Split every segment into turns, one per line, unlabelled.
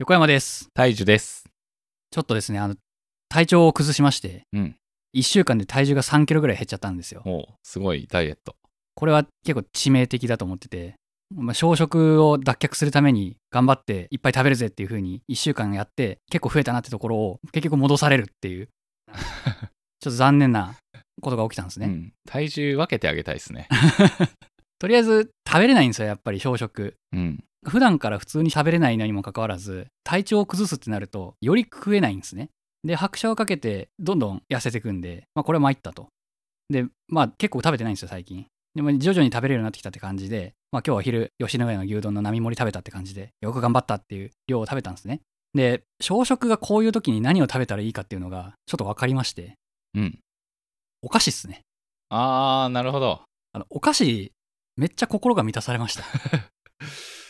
横山です。
大樹です。
ちょっとですね、あの、体調を崩しまして、
うん。
1週間で体重が3キロぐらい減っちゃったんですよ。
もう、すごいダイエット。
これは結構致命的だと思ってて、まあ、小食を脱却するために頑張っていっぱい食べるぜっていう風に1週間やって、結構増えたなってところを結局戻されるっていう、ちょっと残念なことが起きたんですね。
うん。体重分けてあげたいです ね。
とりあえず食べれないんですよ、やっぱり小食。
うん。
普段から普通に食べれないのにもかかわらず体調を崩すってなるとより食えないんですねで拍車をかけてどんどん痩せていくんで、まあ、これは参ったとでまあ結構食べてないんですよ最近でも徐々に食べれるようになってきたって感じで、まあ、今日はお昼吉野家の牛丼の並盛り食べたって感じでよく頑張ったっていう量を食べたんですねで小食がこういう時に何を食べたらいいかっていうのがちょっと分かりまして
うん。
お菓子っすね
あー、なるほど。
あのお菓子めっちゃ心が満たされ ました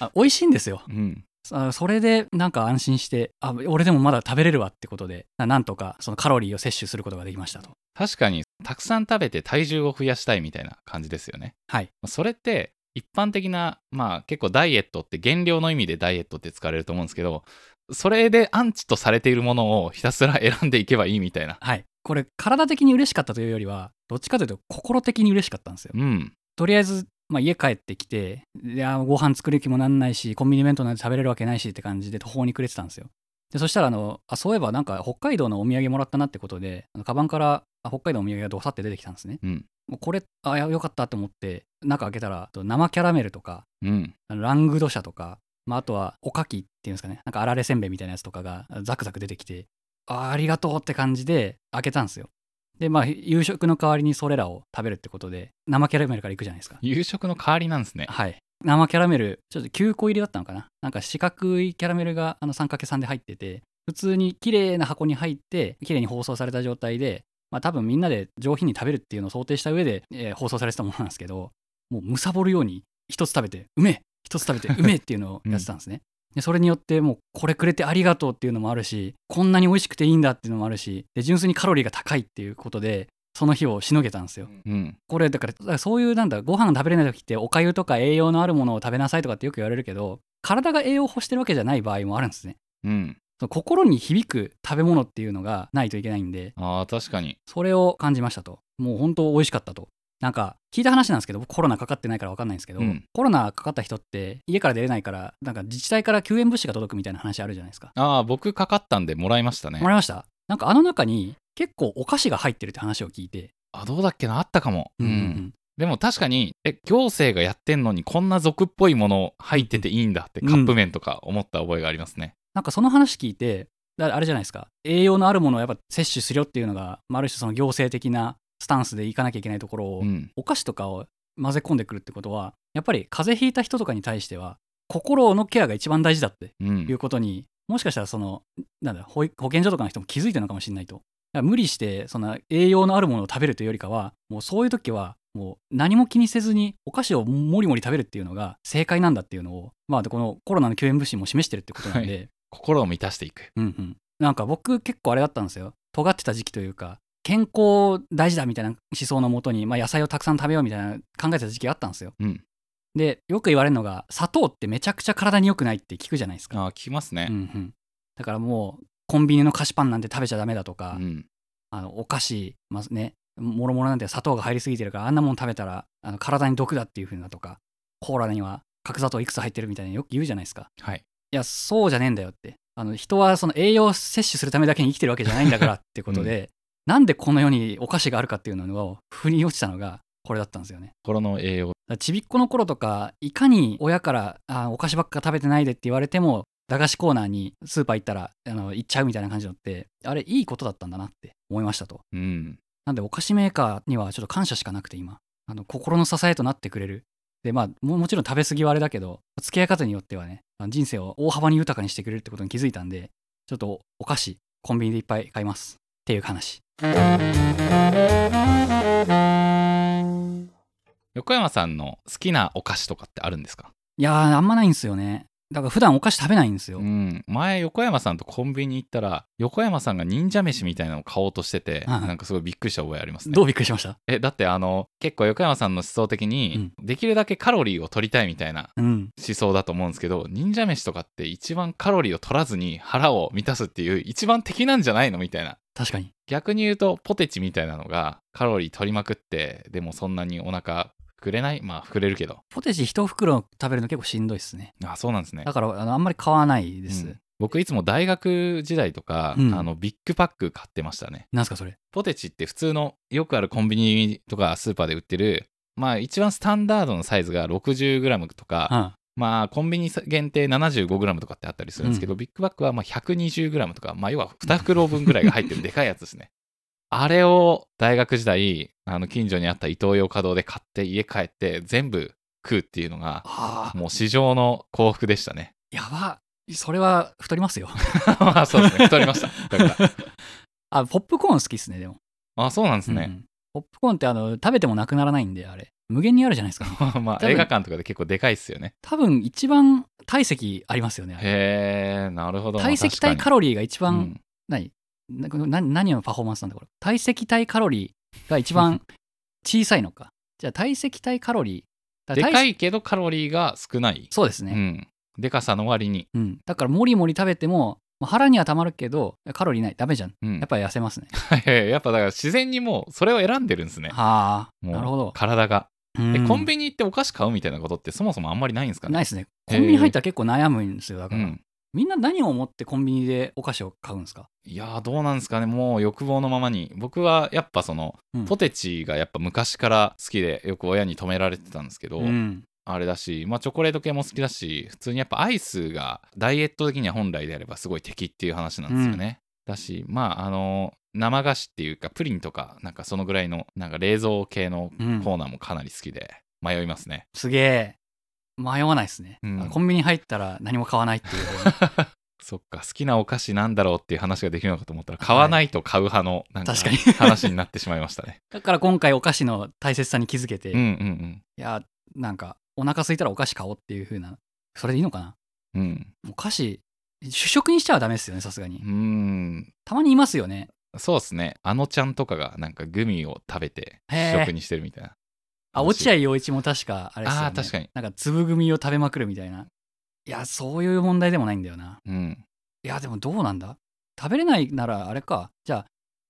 あ美味しいんですよ
うん。
あそれでなんか安心してあ俺でもまだ食べれるわってことでななんとかそのカロリーを摂取することができましたと
確かに、たくさん食べて体重を増やしたいみたいな感じですよね。
はい。
それって、一般的な、まあ結構ダイエットって減量の意味でダイエットって使われると思うんですけど、それでアンチとされているものをひたすら選んでいけばいいみたいな。
はいこれ体的に嬉しかったというよりはどっちかというと心的に嬉しかったんですよ
うん。
とりあえず、まあ、家帰ってきていやご飯作る気もなんないしコンビニ弁当なんて食べれるわけないしって感じで途方に暮れてたんですよでそしたらあのあそういえばなんか北海道のお土産もらったなってことであのカバンからあ北海道のお土産がどさって出てきたんですね、
うん
もうこれあよかったと思って中開けたらと生キャラメルとか
うん。
あのラングドシャとか、まあ、あとはおかきっていうんですかねなんかあられせんべいみたいなやつとかがザクザク出てきてあーありがとうって感じで開けたんですよでまあ夕食の代わりにそれらを食べるってことで生キャラメルからいくじゃないですか
夕食の代わりなんですね。
はい生キャラメルちょっと9個入りだったのかななんか四角いキャラメルがあの 3×3 で入ってて普通に綺麗な箱に入って綺麗に包装された状態でまあ多分みんなで上品に食べるっていうのを想定した上で、えー包装されてたものなんですけどもうむさぼるように一つ食べてうめえ一つ食べてうめえっていうのをやってたんですね、でそれによってもうこれくれてありがとうっていうのもあるしこんなに美味しくていいんだっていうのもあるしで純粋にカロリーが高いっていうことでその日をしのげたんですよ
うん。
これだからだからそういうなんだご飯食べれない時っておかゆとか栄養のあるものを食べなさいとかってよく言われるけど体が栄養を欲してるわけじゃない場合もあるんですね
うん。
その心に響く食べ物っていうのがないといけないんで
あー、確かに。
それを感じましたともう本当美味しかったとなんか聞いた話なんですけど僕コロナかかってないから分かんないんですけど、
うん
コロナかかった人って家から出れないからなんか自治体から救援物資が届くみたいな話あるじゃないですか
あー、僕かかったんでもらいましたね
も。らいましたなんかあの中に結構お菓子が入ってるって話を聞いて
あ、どうだっけなあったかも。
うんうんうん
でも確かに、え、行政がやってんのにこんな俗っぽいもの入ってていいんだって
うん
カップ麺とか思った覚えがありますね。
なんかその話聞いて、だあれじゃないですか、栄養のあるものをやっぱ摂取するよっていうのが、まあ、ある種その行政的なスタンスでいかなきゃいけないところを、
うん。
お菓子とかを混ぜ込んでくるってことは、やっぱり風邪ひいた人とかに対しては、心のケアが一番大事だって
う
い
ん。
うことに、もしかしたらその、なんだ保育、保健所とかの人も気づいてるのかもしれないと。だから無理して、その栄養のあるものを食べるというよりかは、もうそういう時は、もう何も気にせずにお菓子をもりもり食べるっていうのが正解なんだっていうのを、まあ、このコロナの救援物資も示してるってことなんで、
は心を満たしていく。
うんうん、なんか僕結構あれだったんですよ尖ってた時期というか健康大事だみたいな思想のもとに、まあ、野菜をたくさん食べようみたいな考えてた時期があったんですよ
うん。
でよく言われるのが砂糖ってめちゃくちゃ体に良くないって聞くじゃないですか、
あー、聞きます
うんう
ね。
ん、だからもうコンビニの菓子パンなんて食べちゃダメだと
う
か、
ん。
あのお菓子、まあね、もろもろなんて砂糖が入りすぎてるからあんなもん食べたらあの体に毒だっていう風なとかコーラには角砂糖いくつ入ってるみたいなのよく言うじゃないですか
はい。
いや、そうじゃねえんだよって。あの人はその栄養を摂取するためだけに生きてるわけじゃないんだからってことで、なんでこの世にお菓子があるかっていうのを腑に落ちたのがこれだったんですよね。
心の栄養。
だからちびっ子の頃とか、いかに親からあお菓子ばっか食べてないでって言われても、駄菓子コーナーにスーパー行ったらあの行っちゃうみたいな感じのって、あれいいことだったんだなって思いましたと。
うん。
なんでお菓子メーカーにはちょっと感謝しかなくて今あの心の支えとなってくれるでまあももちろん食べ過ぎはあれだけど付き合い方によってはねあの人生を大幅に豊かにしてくれるってことに気づいたんでちょっとおお菓子コンビニでいっぱい買いますっていう話
横山さんの好きなお菓子とかってあるんですか
いやーあんまないんすよねだから普段お菓子食べないんですよ。
うん、前横山さんとコンビニ行ったら横山さんが忍者飯みたいなのを買おうとしてて、
はい
なんかすごいびっくりした覚えありますね
どうびっくりしました
えだってあの結構横山さんの思想的に、できるだけカロリーを取りたいみたいな
うん。
思想だと思うんですけど忍者飯とかって一番カロリーを取らずに腹を満たすっていう一番敵なんじゃないのみたいな
確かに。
逆に言うとポテチみたいなのがカロリー取りまくってでもそんなにお腹膨れないまあ膨れるけど
ポテチ一袋食べるの結構しんどいですね。
あそうなんですね
だからあのあんまり買わないです。
うん僕いつも大学時代とか、
うん
あのビッグパック買ってましたね
なんすかそれ。
ポテチって普通のよくあるコンビニとかスーパーで売ってるまあ一番スタンダードのサイズが 60g とか、
うん。
まあコンビニ限定 75g とかってあったりするんですけど、ビッグバッグはまあ 120g とか、まあ、要は2袋分ぐらいが入ってるでかいやつですねあれを大学時代あの近所にあったイトーヨーカドーで買って家帰って全部食うっていうのが
ああ、
もう市場の幸福でしたね
やば。それは太りますよ。
まあそうですね太りましただから
あ、ポップコーン好きっすね、でも。
あそうなんです
う
ね、
んポップコーンってあの食べてもなくならないんで、あれ。無限にあるじゃないですか。
ま
多
あ
分
映画館とかで結構でかいっすよね
多分一番体積ありますよね、あれ。
へえなるほど
体積対カロリーが一
ロ
番、何なな何のパフォーマンスなんだこれ体積対カロリーが一 番小さいのかじゃあ体積対カロリーだ
で
ら体
か
積
いけどカロリーが少ない
そうです
う
ね、
んでかさの割に、
うんだからもりもり食べてもまあ腹にはたまるけどカロリーないダメじゃん
うん
やっぱり痩せますね、
えーやっぱだから自然にもうそれを選んでるんですね。
はあ
もう
なるほど、
体が。え
うん
コンビニ行ってお菓子買うみたいなことってそもそもあんまりないんですかね
ないですねコンビニ入ったら結構悩むんですよだから、
うん
みんな何を思ってコンビニでお菓子を買うんですか、
いやーどうなんですかねもう欲望のままに僕はやっぱその
うん
ポテチがやっぱ昔から好きでよく親に止められてたんですけど、
うん
あれだし、まあ、チョコレート系も好きだし普通にやっぱアイスがダイエット的には本来であればすごい敵っていう話なんですよね、だしまああの生菓子っていうかプリンとかなんかそのぐらいのなんか冷蔵系の
うん
コーナーもかなり好きで迷いますね、
すげえ迷わないですね、
うん
あのコンビニ入ったら何も買わない っていう方に
そっか好きなお菓子なんだろうっていう話ができるのかと思ったら買わないと買う派のなんか
確かに
話になってしまいました ね。
だから今回お菓子の大切さに気づけて、
うん
い
うん
やなんかお腹空いたらお菓子買おうっていう風なそれでいいのかな
うんうん
お菓子主食にしちゃダメですよねさすがに
うーん
たまにいますよね
そうですねあのちゃんとかがなんかグミを食べて
へー
主食にしてるみたいな
あ
楽しい
落合陽一も確かあれですよね
あー確かに
なんか粒組を食べまくるみたいないやそういう問題でもないんだよな
うん
いやでもどうなんだ食べれないならあれかじゃあ